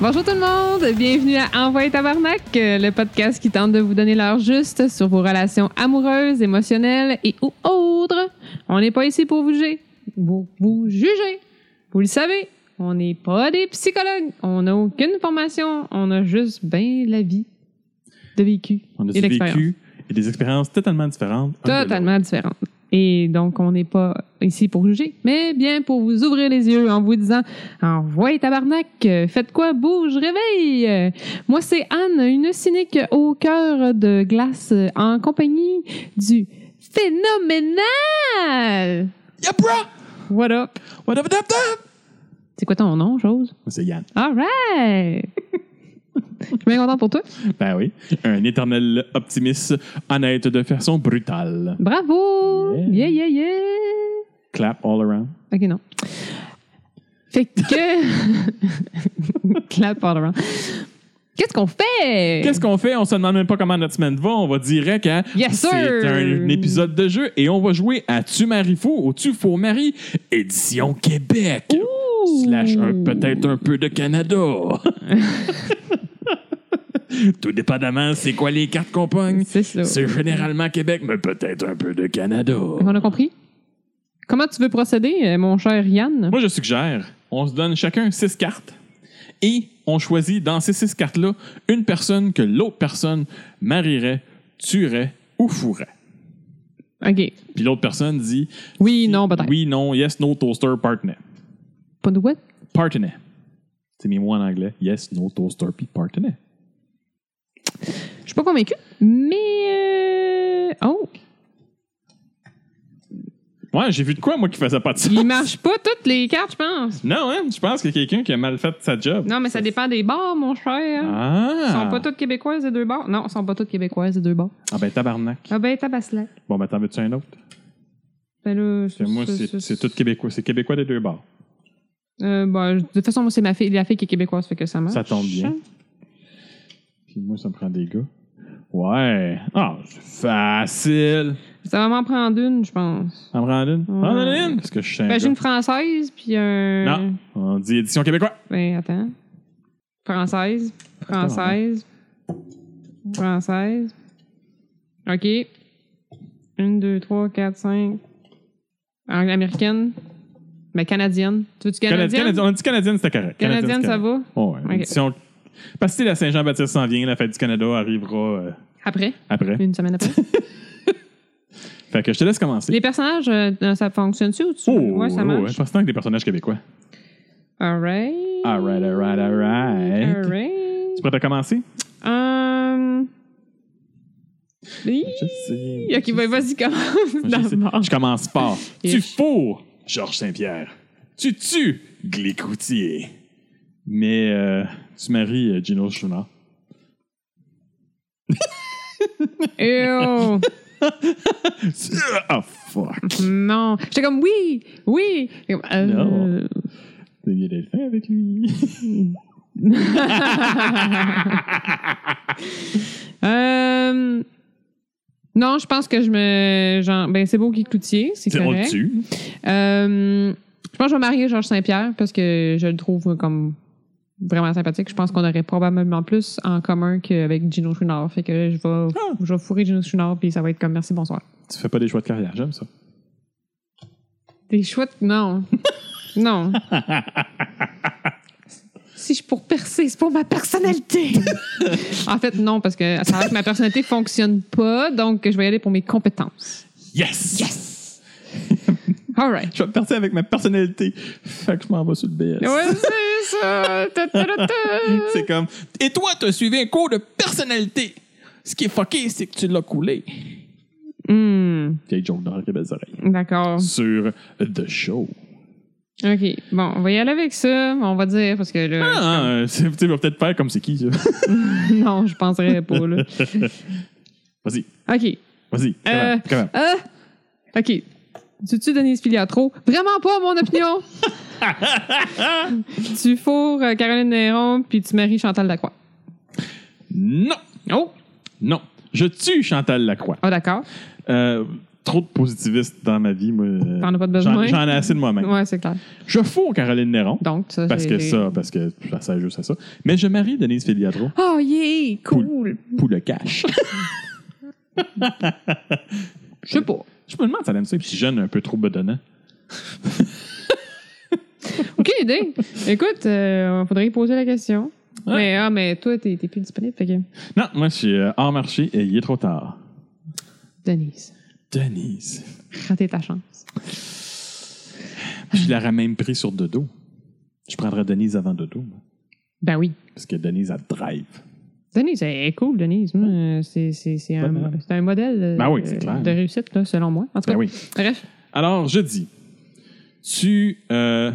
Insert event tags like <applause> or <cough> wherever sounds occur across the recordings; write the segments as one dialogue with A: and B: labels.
A: Bonjour tout le monde, bienvenue à Envoyer Tabarnak, euh, le podcast qui tente de vous donner l'heure juste sur vos relations amoureuses, émotionnelles et ou autres. On n'est pas ici pour vous juger, pour vous juger. Vous le savez, on n'est pas des psychologues, on n'a aucune formation, on a juste bien la vie de vécu
B: On a
A: et
B: du
A: l'expérience.
B: vécu et des expériences totalement différentes. un de l'autre.
A: Totalement différentes. Et donc, on n'est pas ici pour juger, mais bien pour vous ouvrir les yeux en vous disant Envoyez tabarnak, euh, faites quoi, bouge, réveille Euh, Moi, c'est Anne, une cynique au cœur de glace, euh, en compagnie du phénoménal
B: Yeah, bruh!
A: What up
B: What up, up, up?
A: C'est quoi ton nom, chose
B: C'est Yann.
A: All right <laughs> Je suis bien content pour toi.
B: Ben oui. Un éternel optimiste, honnête de façon brutale.
A: Bravo Yeah,
B: Yeah.
A: yeah, yeah
B: Clap all around.
A: OK, non. Fait que. <laughs> Clap all around. Qu'est-ce qu'on fait?
B: Qu'est-ce qu'on fait? On se demande même pas comment notre semaine va. On va direct à.
A: Yes,
B: C'est
A: sir!
B: un épisode de jeu et on va jouer à Tu Marie Faux ou Tu Faux Marie, édition Québec.
A: Ouh!
B: Slash un- peut-être un peu de
A: <laughs>
B: Canada. Tout dépendamment, c'est quoi les cartes qu'on pogne?
A: C'est ça.
B: C'est généralement Québec, mais peut-être un peu de Canada.
A: On a compris? Comment tu veux procéder, euh, mon cher Yann?
B: Moi, je suggère, on se donne chacun six cartes et on choisit dans ces six cartes-là une personne que l'autre personne marierait, tuerait ou fourrait.
A: OK.
B: Puis l'autre personne dit
A: Oui, non, peut-être.
B: oui, non, yes, no, toaster, partner.
A: Pas de what?
B: Partner. C'est mes mots en anglais. Yes, no, toaster, puis partner.
A: Je suis pas convaincue, mais. euh, Oh!
B: Ouais, j'ai vu de quoi, moi, qui faisait pas de ça. <laughs>
A: Il marche pas toutes les cartes, je pense.
B: Non, hein? Je pense qu'il y a quelqu'un qui a mal fait sa job.
A: Non, mais ça dépend des bars, mon cher. Ils
B: Ah!
A: sont pas toutes québécoises, les deux bars? Non, ils sont pas toutes québécoises, les deux bars.
B: Ah ben, tabarnak.
A: Ah ben, tabaslac.
B: Bon, ben, t'en veux-tu un autre?
A: Ben là,
B: Parce que Moi, c'est c'est tout québécois. C'est québécois des deux bords.
A: Euh, bah, de toute façon, moi, c'est ma fille, la fille qui est québécoise, fait que ça marche.
B: Ça tombe bien. Puis moi, ça me prend des gars. Ouais. Ah, c'est facile.
A: Ça va m'en prendre une, je pense.
B: Ça me prend une?
A: Ouais.
B: Prends une, une, Parce que je suis un
A: Ben, j'ai une
B: gars.
A: française, puis un.
B: Non. On dit édition québécois.
A: Ben, attends. Française, française, française. OK. Une, deux, trois, quatre, cinq. Ang- Américaine. Ben, canadienne. Tu veux-tu canadienne?
B: Canadi- on a dit canadienne, c'était correct.
A: Canadienne,
B: c'est
A: ça va?
B: correct. Ouais,
A: Ok.
B: édition- Parce que la Saint-Jean-Baptiste s'en vient, la fête du Canada arrivera euh,
A: Après,
B: après.
A: une semaine
B: <laughs>
A: après.
B: Fait que je te laisse commencer.
A: Les personnages, euh, ça fonctionne-tu ou tu.
B: Oh,
A: ouais, ça
B: ouais,
A: marche.
B: parce que tant que des personnages québécois.
A: All right.
B: All right, all right, all right.
A: All right.
B: Tu prêt à commencer?
A: Euh... Oui.
B: Je sais.
A: Ok, ben vas-y, commence
B: Je, sais.
A: d'abord.
B: Je commence fort.
A: Et
B: tu
A: je-
B: fourres Georges Saint-Pierre. Tu tues Glécoutier. Mais euh, tu maries euh, Gino Schuna.
A: Ew.
B: Ah, fuck.
A: <laughs> non. J'étais comme, oui, oui. J'étais comme, euh,
B: Non. T'es bien d'être fait
A: <laughs>
B: avec lui.
A: Euh, non, je pense que je me. Genre, ben, c'est beau Guy Cloutier, c'est
B: on le
A: correct.
B: tue.
A: Euh, je pense que je vais marier Georges Saint-Pierre parce que je le trouve comme vraiment sympathique. Je pense qu'on aurait probablement plus en commun qu'avec Gino Chouinard. Fait que je vais,
B: Ah.
A: je vais fourrer Gino Chouinard puis ça va être comme merci, bonsoir.
B: Tu fais pas des choix de carrière, j'aime ça.
A: Des chouettes, non. non. Si je pour percer, c'est pour ma personnalité. en fait, non, parce que ça a l'air que ma personnalité fonctionne pas, donc je vais y aller pour mes compétences.
B: Yes!
A: Yes! All right.
B: Je vais me percer avec ma personnalité. Fait que je m'en vais sur le BS.
A: Ouais, c'est ça. Ta, ta, ta, ta.
B: C'est comme. Et toi, t'as suivi un cours de personnalité. Ce qui est fucké, c'est que tu l'as coulé.
A: Hmm,
B: Vieille joke dans les belles oreilles.
A: D'accord.
B: Sur The Show.
A: OK. Bon, on va y aller avec ça, on va dire, parce que
B: <laughs>
A: là,
B: Ah, euh, c'est- tu vas peut-être faire comme c'est qui, ça.
A: non, je penserais pas, là.
B: Vas-y,
A: OK.
B: vas-y.
A: Euh,
B: comment, comment?
A: Ah! OK. Tu-tu Denise Filiatro? Vraiment pas, mon opinion!
B: <laughs>
A: tu fourres euh, Caroline Néron, puis tu maries Chantal Lacroix.
B: Non!
A: Oh!
B: Non. Je tue Chantal Lacroix.
A: Ah, d'accord.
B: Euh, trop de positivistes dans ma vie. moi. euh,
A: T'en as pas de
B: j'en-
A: besoin.
B: J'en ai assez de moi-même.
A: Ouais, c'est clair.
B: Je fous Caroline Néron.
A: Donc, ça,
B: Parce
A: j'ai-
B: que
A: j'ai-
B: ça, parce que ça sert juste à ça. Mais je marie Denise Filiatro
A: Oh, yeah, cool.
B: pour le cash.
A: Je sais pas.
B: Je me demande si elle aime ça, puis si jeune, un peu trop bedonnant.
A: Aucune idée. Écoute, euh, faudrait y poser la question.
B: Ouais.
A: Mais, ah, mais toi, t'es t'es plus disponible. Fait que,
B: Non, moi, je suis euh, hors marché et il est trop tard.
A: Denise,
B: Denise.
A: raté ta chance.
B: Je l'aurais même pris sur Dodo. Je prendrais Denise avant Dodo, moi,
A: Ben oui.
B: parce que Denise, elle drive.
A: Denise, elle est cool, Denise. Moi, euh, C'est c'est- c'est un,
B: madame.
A: c'est un modèle euh,
B: Ben oui, c'est
A: euh,
B: clair.
A: de réussite, là, selon moi. En tout cas,
B: Ben oui.
A: bref.
B: Alors, je dis, tu euh,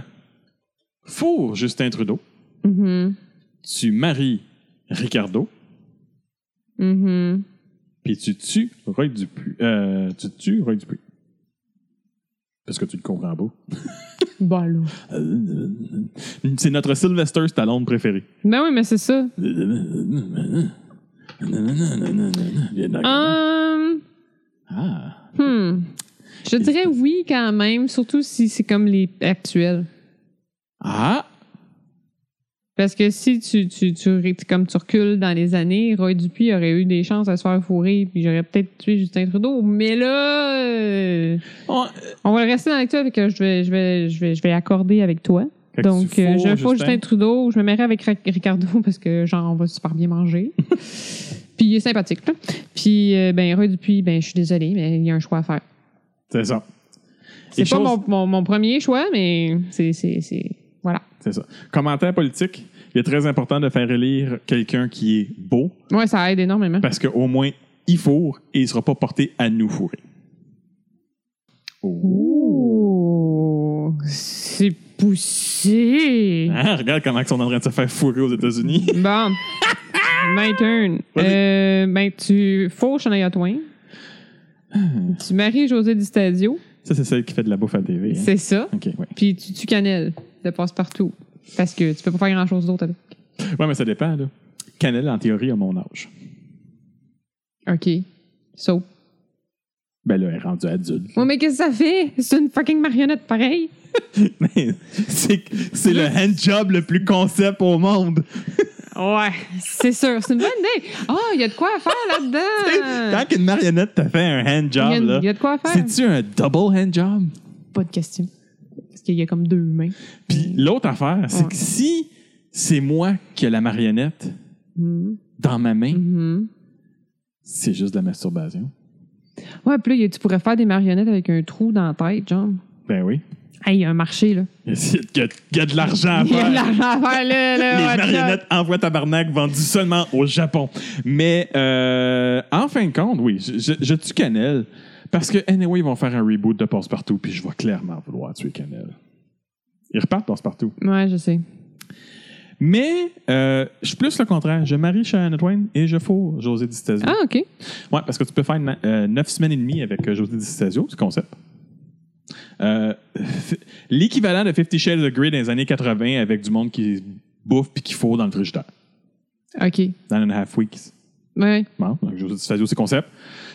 B: fourres Justin Trudeau,
A: Mhm.
B: tu maries Ricardo,
A: Mhm.
B: puis tu tues Roy Dupuis. Euh, tu tues Roy Dupuis. Parce que tu le comprends pas.
A: Bah, là.
B: Euh, C'est notre Sylvester Stallone préféré.
A: Ben oui, mais c'est ça. Hum,
B: Ah.
A: hmm. Je dirais oui quand même, surtout si c'est comme les actuels.
B: Ah.
A: Parce que si tu, tu, tu, ré- tu- comme tu recules dans les années, Roy Dupuis aurait eu des chances à se faire fourrer, puis j'aurais peut-être tué Justin Trudeau. Mais là, euh,
B: Oh,
A: on va rester dans l'actuel, fait que je vais, je, vais, je, vais, je vais accorder avec toi.
B: Fait que
A: Donc,
B: tu
A: euh,
B: fourres
A: je fous Justin Trudeau, je me marierai avec Ra- Ricardo <laughs> parce que, genre, on va super bien
B: <laughs>
A: manger. Puis il est sympathique, là. Puis, euh, ben, Roy Dupuis, ben, je suis désolée, mais il y a un choix à faire.
B: C'est ça. Et
A: C'est pas
B: chose-
A: mon, mon, mon premier choix, mais c'est. c'est- c'est- Voilà.
B: C'est ça. Commentaire politique, il est très important de faire élire quelqu'un qui est beau
A: Moi, ça aide énormément.
B: parce qu'au moins, il fourre et il ne sera pas porté à nous fourrer. Oh.
A: Ouh! C'est poussé!
B: Ah, regarde comment ils sont en train de se faire fourrer aux États-Unis. <laughs>
A: Bon. My turn.
B: Vas-y.
A: Euh, ben, tu fauches Shania Twain.
B: Hmm.
A: Tu maries José Di Stadio.
B: Ça, c'est celle qui fait de la bouffe à la TV. hein?
A: C'est ça.
B: OK, ouais.
A: Puis tu tues Canel de passe-partout. Parce que tu peux pas faire grand-chose d'autre avec.
B: Ouais, mais ça dépend, là. Canel, en théorie, a mon âge.
A: OK. So.
B: Ben là, elle est rendue adulte. <laughs>
A: Ouais, mais qu'est-ce que ça fait? C'est une fucking marionnette pareil.
B: Mais c'est c'est le handjob le plus concept au monde.
A: Ouais. C'est sûr. C'est une bonne idée. Oh, il y a de quoi à faire là-dedans.
B: Quand qu'une marionnette t'a fait un
A: Ah. Il y a-
B: handjob, là,
A: il y, a de quoi à faire.
B: c'est-tu un double handjob?
A: Pas de question. Parce qu'il y a comme deux mains.
B: Puis l'autre affaire, c'est
A: Mm. Ouais.
B: que si c'est moi qui ai la marionnette
A: Mhm.
B: dans ma main,
A: Mhm.
B: c'est juste de la masturbation.
A: Ouais, puis là, il y a- tu pourrais faire des marionnettes avec un trou dans la tête, genre.
B: Ben oui.
A: Hey, il y a un marché, là.
B: Il y a, il y a de l'argent à
A: Il y a
B: faire.
A: de l'argent à faire, là. là,
B: Les
A: watch out.
B: marionnettes envoient tabarnak vendues seulement au Japon. Mais euh, en fin de compte, oui, je, je- je tue Canel. Parce que, anyway, ils vont faire un reboot de Passe-Partout, puis je vais clairement vouloir tuer Canel. Ils repartent Passe-Partout.
A: Ouais, je sais.
B: Mais euh, je suis plus le contraire. Je marie Sharon Twain et je fous José Di Stasio.
A: Ah, OK.
B: Ouais, parce que tu peux faire na- euh, neuf semaines et demie avec euh, José Di Stasio, c'est le concept. Euh, <laughs> L'équivalent de Fifty Shades of Grey dans les années 80 avec du monde qui bouffe puis qui fourre dans le frigidaire.
A: OK.
B: Nine and a half weeks.
A: Ouais.
B: Bon, donc José Di Stasio, c'est le concept.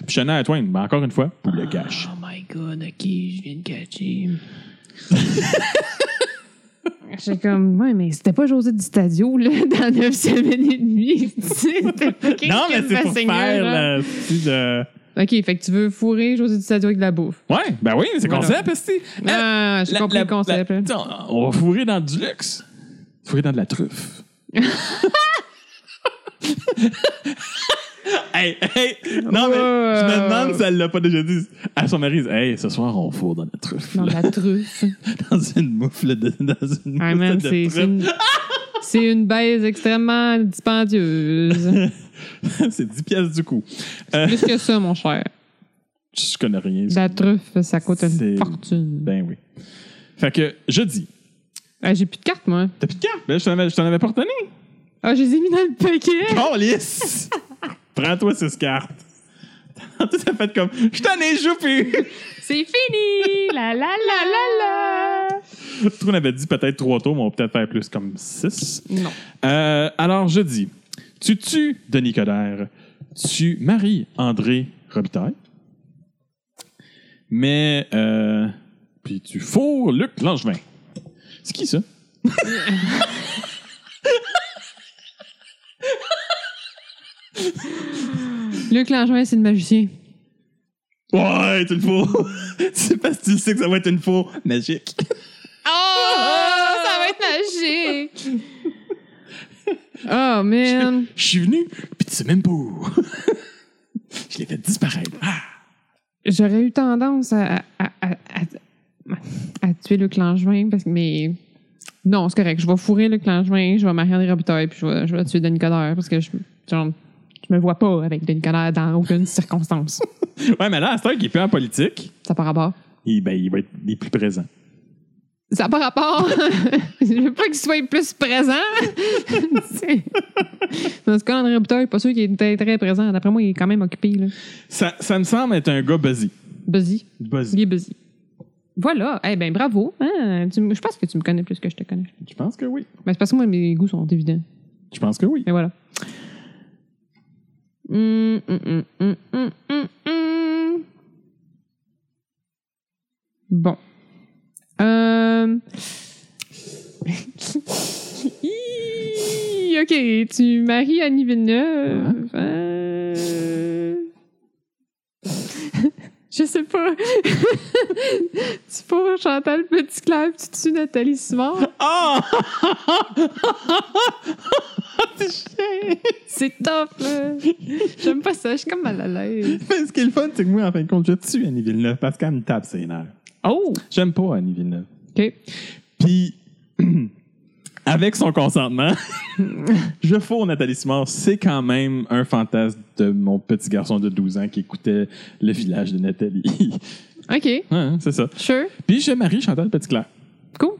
B: Puis Shania Twain, ben, encore une fois, pour le cash.
A: Oh my god, OK, je viens de <laughs> catcher. J'ai comme, ouais, mais c'était pas José Di Stadio, là, <laughs> dans 9 semaines et demie. Tu
B: <laughs>
A: sais, c'était fucking
B: Non, mais
A: Kim
B: c'est pour
A: Basinger,
B: faire
A: là.
B: le style de-
A: hein. OK, fait que tu veux fourrer José Di Stadio avec de la bouffe.
B: Ouais, ben oui, c'est le
A: Voilà.
B: concept, esti. Hein?
A: Ah, j'ai
B: La-
A: compris
B: la-
A: le concept.
B: la-
A: là.
B: t'sais, on- on va fourrer dans du luxe. Fourrer dans de
A: <laughs>
B: la truffe. hey, hey! Non, mais je me demande si elle l'a pas déjà dit à son mari. Hey, ce soir, on fourre dans la truffe.
A: Dans
B: là.
A: la truffe.
B: <laughs> Dans une moufle de, dans une
A: Ah,
B: moufle
A: man,
B: de
A: c'est
B: truffe.
A: c'est une, <laughs> c'est une baise extrêmement
B: <laughs>
A: dispendieuse.
B: c'est 10 piastres du coup. Euh,
A: Plus que ça, mon cher.
B: je connais rien.
A: La truffe, ça coûte
B: C'est-
A: une fortune.
B: Ben oui. Fait que, je dis,
A: Ah, j'ai plus de carte, moi.
B: t'as plus de carte? Ben, je t'en avais, je t'en avais pas retenu.
A: Ah, je les ai mis dans le paquet. <laughs>
B: Calice! Prends-toi ces cartes. <laughs> ça fait comme Je t'en ai joué plus!
A: C'est fini! La la la la la!
B: on avait dit peut-être trois tours, mais on va peut-être faire plus comme six.
A: Non.
B: Euh, alors, je dis Tu tues Denis Coderre. Tu maries André Robitaille. Mais, euh, puis tu fourres Luc Langevin. C'est qui ça?
A: Luc Langevin, c'est le magicien.
B: Ouais, tu le fourres. <laughs> C'est parce que tu sais que ça va être une fourre magique.
A: Oh! Ça va être magique! <laughs> Oh, man!
B: <laughs> Je suis venu, puis tu sais même pas où. <laughs> Je l'ai fait disparaître. Ah!
A: J'aurais eu tendance à, à, à- à- à tuer Luc Langevin, parce que, mais. Non, c'est correct. Je vais fourrer Luc Langevin, je vais marier André Robitaille, puis je vais, je vais tuer Denis Coderre, parce que je, genre, je me vois pas avec Denis Coderre dans aucune circonstance.
B: Ouais, mais là, à cette heure qu'il est plus en politique,
A: Ça par rapport.
B: il, ben, il va être il est plus présent.
A: Ça par rapport. <laughs> je veux pas qu'il soit plus présent. C'est- dans ce cas, André Robitaille, pas sûr qu'il était très présent. D'après moi, il est quand même occupé, là.
B: Ça, ça me semble être un gars buzzy.
A: Busy.
B: Buzzy.
A: Il est busy. Voilà. Eh ben bravo. hein. Tu m- je pense que tu me connais plus que je te connais.
B: Je pense que oui.
A: Mais c'est parce que moi, mes goûts sont évidents.
B: Je pense que oui.
A: Mais voilà. Hum, hum, hum, hum, hum, hum, hum. Bon. Euh... <laughs> Hi, ok, tu maries Annie Villeneuve. Euh, <laughs> Je sais pas. <laughs> tu fous Chantal Petitclerc, tu tues Nathalie Simard.
B: Ah! <laughs>
A: C'est top, là. J'aime pas ça, je suis comme mal à l'aise.
B: Mais ce qui est le fun, c'est que moi, en fin de compte, je tue Annie Villeneuve parce qu'elle me tape ses nerfs.
A: Oh!
B: J'aime pas Annie Villeneuve.
A: OK.
B: Puis, <clears throat> avec son consentement, <laughs> je fourre Nathalie Simard. C'est quand même un fantasme de mon petit garçon de 12 ans qui écoutait Le village de Nathalie. <laughs>
A: OK.
B: Hein, c'est ça.
A: Sure.
B: Puis, je marie Chantal Petitclerc.
A: Cool.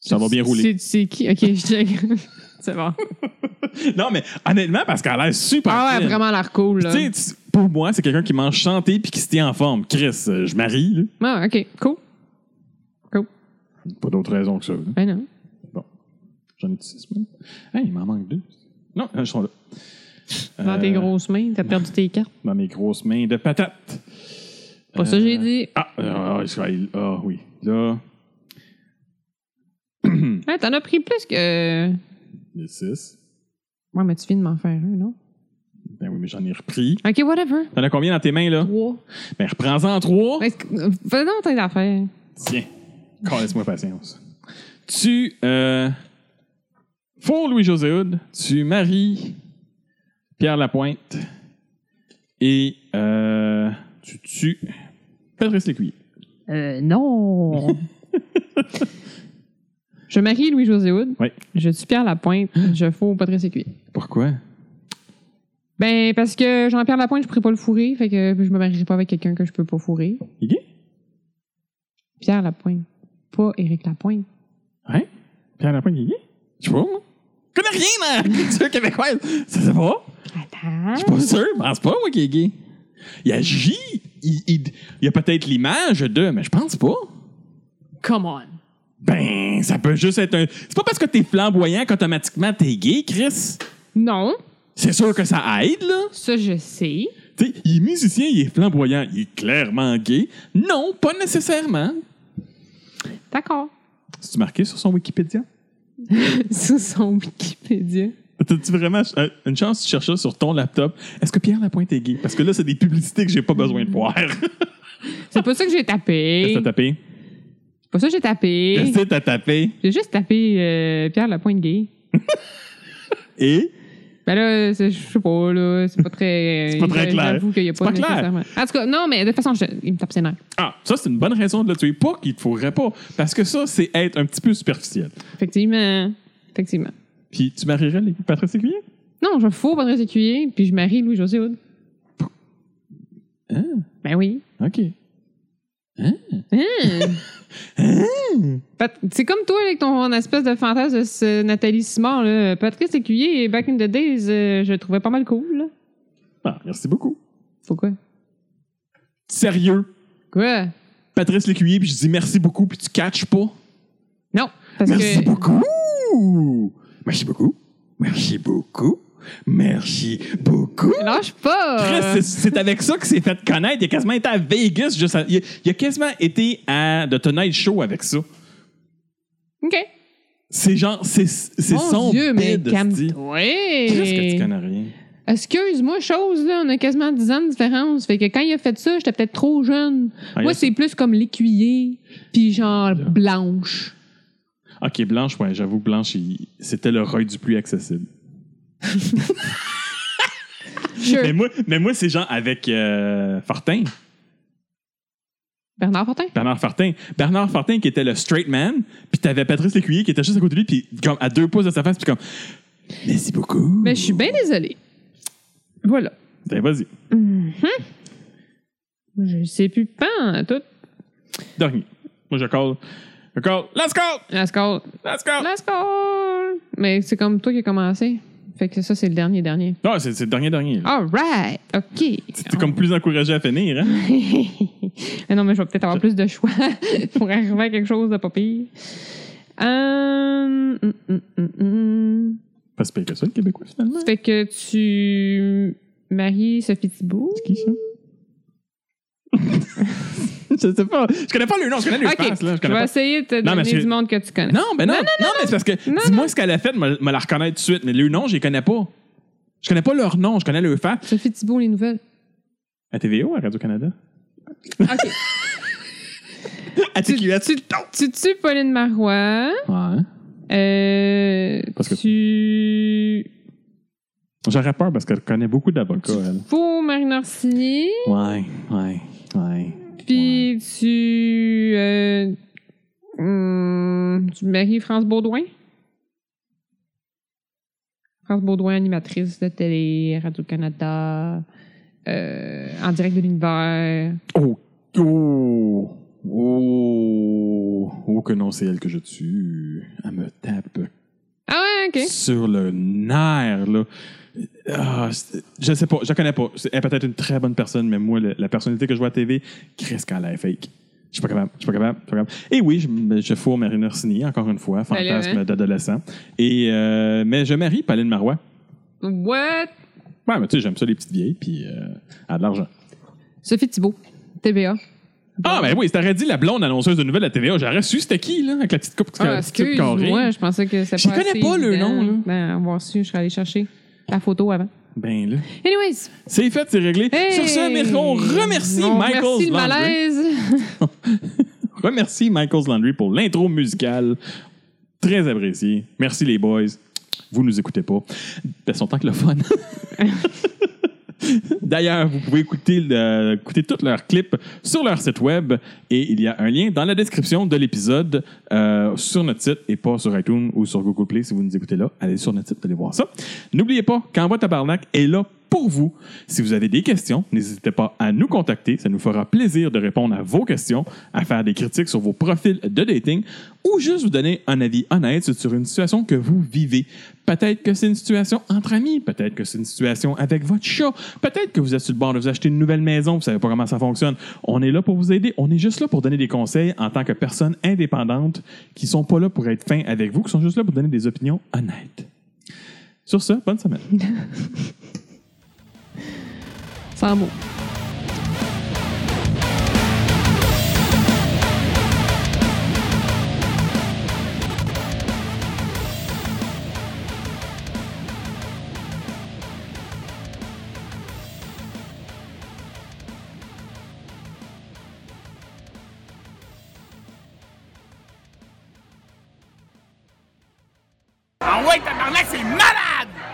B: Ça va bien rouler.
A: C'est, c'est qui? OK, je check. <laughs> c'est bon.
B: Non, mais honnêtement, parce qu'elle a l'air super
A: Ah ouais,
B: fine.
A: vraiment l'air cool, là.
B: Tu sais, tu- pour moi, c'est quelqu'un qui mange chanté puis qui se tient en forme. Chris, euh, je marie, là.
A: Ah, OK. Cool.
B: Pas d'autre raison que ça. là.
A: Ben non.
B: J'en ai six, moi. Hey, il m'en manque deux. Non, euh, ils sont là.
A: Dans
B: Euh,
A: tes grosses mains, t'as perdu tes cartes.
B: Dans mes grosses mains de patate.
A: Pas ça,
B: Euh,
A: que j'ai dit.
B: Ah, ah, Israël. Ah, oui. Là, ah.
A: Hey, t'en as pris plus que...
B: les six.
A: Ouais, mais tu viens de m'en faire un, non?
B: Ben oui, mais j'en ai repris.
A: OK, whatever.
B: T'en as combien dans tes mains, là?
A: Trois.
B: Ben, reprends-en trois.
A: Est-ce que- Fais donc tes affaires.
B: Tiens. Laisse-moi patience. Tu. Euh, Four Louis-José Hood, tu maries Pierre Lapointe et euh, tu tues Patrice Lécuyer.
A: Euh, non. <laughs> je marie Louis-José Hood.
B: Oui.
A: Je tue Pierre Lapointe. Je fous Patrice Écuyer.
B: Pourquoi?
A: Ben, parce que Jean-Pierre Lapointe, je pourrais pas le fourrer. Fait que je me marierai pas avec quelqu'un que je peux pas fourrer.
B: Il est gay?
A: Pierre Lapointe. Pas Éric Lapointe.
B: Hein? Pierre Lapointe, il est gay? Je sais pas, moi. Je connais rien dans la culture québécoise. Ça se pas? Je suis
A: Attends.
B: pas sûr. Je pense pas, moi, qu'il est gay. Il agit. Il, il- il y a peut-être l'image de, mais je pense pas.
A: Come on.
B: Ben, ça peut juste être un. C'est pas parce que t'es flamboyant qu'automatiquement t'es gay, Chris.
A: Non.
B: C'est sûr que ça aide, là.
A: Ça, je sais.
B: Tu sais, il est musicien, il est flamboyant, il est clairement gay. Non, pas nécessairement.
A: D'accord. <laughs>
B: C'est marqué sur son Wikipédia.
A: Sur son Wikipédia.
B: T'as-tu vraiment euh, une chance tu cherches ça sur ton laptop? Est-ce que Pierre Lapointe est gay? Parce que là, c'est des publicités que j'ai pas besoin de voir. <laughs> Qu'est-ce
A: C'est pas ça que j'ai tapé.
B: que t'as tapé?
A: C'est pas ça que j'ai tapé.
B: Qu'est-ce que t'as tapé?
A: J'ai juste tapé euh, Pierre Lapointe gay.
B: Et?
A: Ben là, c'est- je sais pas, là, c'est pas très...
B: <laughs> C'est pas très clair.
A: J'avoue qu'il y a
B: C'est
A: pas,
B: pas clair.
A: nécessairement... En tout cas, non, mais de toute façon, je- il me tape ses nerfs.
B: Ah, ça, c'est une bonne raison de le tuer. Pas qu'il te fourrait pas. Parce que ça, c'est être un petit peu superficiel.
A: Effectivement. Effectivement.
B: Puis tu marierais les Patrice Écuyer?
A: Non, je fous Patrice Écuyer, puis je marie Louis-José Hood.
B: Hein?
A: Ben oui.
B: OK.
A: Hein?
B: <laughs> Hein?
A: Pat- C'est comme toi, avec ton espèce de fantasme de ce Nathalie Simard, là. Patrice Écuyer, back in the days, euh, je le trouvais pas mal cool, là.
B: Ah, merci beaucoup.
A: Pourquoi?
B: Sérieux.
A: Quoi?
B: Patrice Lécuyer, puis je dis merci beaucoup, puis tu catches pas.
A: Non, parce
B: merci
A: que...
B: beaucoup. Merci beaucoup. Merci beaucoup. Merci beaucoup.
A: Lâche pas!
B: Chris, c'est- c'est avec ça que s'est fait connaître. Il a quasiment été à Vegas. Juste à- il, a, il a quasiment été à The Tonight Show avec ça.
A: OK.
B: C'est genre, c'est c'est
A: Mon
B: son
A: Dieu, mais
B: bid,
A: calme
B: esti. Qu'est-ce que tu connais rien?
A: Excuse-moi, chose, là, on a quasiment 10 ans de différence. Fait que quand il a fait ça, j'étais peut-être trop jeune.
B: Ah, il
A: Moi,
B: a-
A: c'est plus comme l'écuyer, puis genre blanche.
B: Ok, Blanche, ouais, j'avoue que Blanche, il- c'était le roi du plus accessible.
A: Sure.
B: Mais moi, mais moi c'est genre avec euh, Fortin,
A: Bernard Fortin?
B: Bernard Fortin. Bernard Fortin qui était le straight man, puis t'avais Patrice Lécuyer qui était juste à côté de lui, puis comme à deux pouces de sa face, puis comme Merci beaucoup.
A: Mais Ben, je suis bien désolée. Voilà.
B: Ben, vas-y,
A: Je sais plus pas tout.
B: dernier. Moi, je call. Je call. Let's call!
A: Let's go!
B: Let's call!
A: Let's go! Mais c'est comme toi qui as commencé. Fait que ça, c'est le dernier, dernier.
B: Non, c'est c'est le dernier, dernier. là.
A: All right! OK.
B: T'es comme plus encouragé à finir, hein?
A: <laughs> mais non, mais je vais peut-être avoir plus de choix <laughs> pour arriver à quelque chose de pas pire. Euh, hum, hum, hum, hum.
B: Pas si pire que ça, le Québécois, finalement. <laughs>
A: Fait que tu maries Sophie Thibault.
B: C'est qui, ça? je sais pas. Je connais pas le nom, je connais les
A: Ok,
B: faces, là. Je
A: je
B: connais
A: vais
B: pas.
A: essayer de te
B: Non, mais
A: donner
B: c'est-
A: du monde que tu connais.
B: Non, ben non. Non, mais c'est parce
A: Non,
B: que dis-moi ce qu'elle a fait, me, me la reconnaître tout de suite. Mais le nom, je les connais pas. Je connais pas leur nom, je connais le fait.
A: Sophie Thibault, les nouvelles.
B: À TVA, à Radio-Canada?
A: OK.
B: <laughs> À TQS?
A: tu, tu tues Pauline Marois.
B: Ouais.
A: Euh,
B: Parce que-
A: Tu
B: J'aurais peur parce qu'elle connaît beaucoup d'avocats, elle.
A: fous Marine Orsini.
B: Ouais, ouais, ouais.
A: Puis tu. euh, hum, tu maries France Baudouin. France Baudouin, animatrice de télé, Radio-Canada, euh, en direct de l'univers.
B: Oh! Oh! Oh! Oh, que non, c'est elle que je tue. Elle me tape
A: Ah ouais, ok.
B: sur le nerf, là. Ah, c'est- je sais pas, je la connais pas. C'est- Elle est peut-être une très bonne personne, mais moi, le- la personnalité que je vois à TV, Chris, quand elle est fake. Je suis pas capable, je suis pas capable, je suis pas capable. Et oui, je, me- je fourre Marine Orsini, encore une fois,
A: Salut,
B: fantasme
A: hein.
B: d'adolescent. Et, euh, mais je marie Pauline Marois.
A: What?
B: Ouais, mais tu sais, j'aime ça, les petites vieilles, puis euh, elle a de l'argent.
A: Sophie Thibault, TVA.
B: Ah, ben oui, si t'aurais dit la blonde annonceuse de nouvelles à TVA, j'aurais su c'était qui, là, avec la petite coupe,
A: Ah,
B: la petite coupe carrée.
A: excuse-moi, je pensais que c'était
B: Je connais
A: assez
B: pas le
A: évident.
B: nom, là.
A: Ben, avoir su, je serais allée chercher la photo avant.
B: Ben là,
A: Anyways.
B: c'est fait, c'est réglé.
A: hey!
B: Sur ce, mais on remercie
A: On
B: Michael
A: remercie le
B: Landry.
A: malaise.
B: remercie Michael's Landry pour l'intro musicale. Très apprécié. Merci les boys. Vous nous écoutez pas. Ben, son temps que le fun. <laughs> D'ailleurs, vous pouvez écouter, le- écouter tous leurs clips sur leur site web et il y a un lien dans la description de l'épisode euh, sur notre site et pas sur iTunes ou sur Google Play si vous nous écoutez là. Allez sur notre site, allez voir ça. N'oubliez pas qu'Envoi Tabarnak est là pour vous. Si vous avez des questions, n'hésitez pas à nous contacter. Ça nous fera plaisir de répondre à vos questions, à faire des critiques sur vos profils de dating ou juste vous donner un avis honnête sur une situation que vous vivez. Peut-être que c'est une situation entre amis, peut-être que c'est une situation avec votre chat, peut-être que vous êtes sur le bord de vous acheter une nouvelle maison, vous savez pas comment ça fonctionne. On est là pour vous aider, on est juste là pour donner des conseils en tant que personnes indépendantes qui sont pas là pour être fins avec vous, qui sont juste là pour donner des opinions honnêtes. Sur ce, bonne semaine.
A: Sans mots.
C: Ah ouais, tabarnak, c'est malade!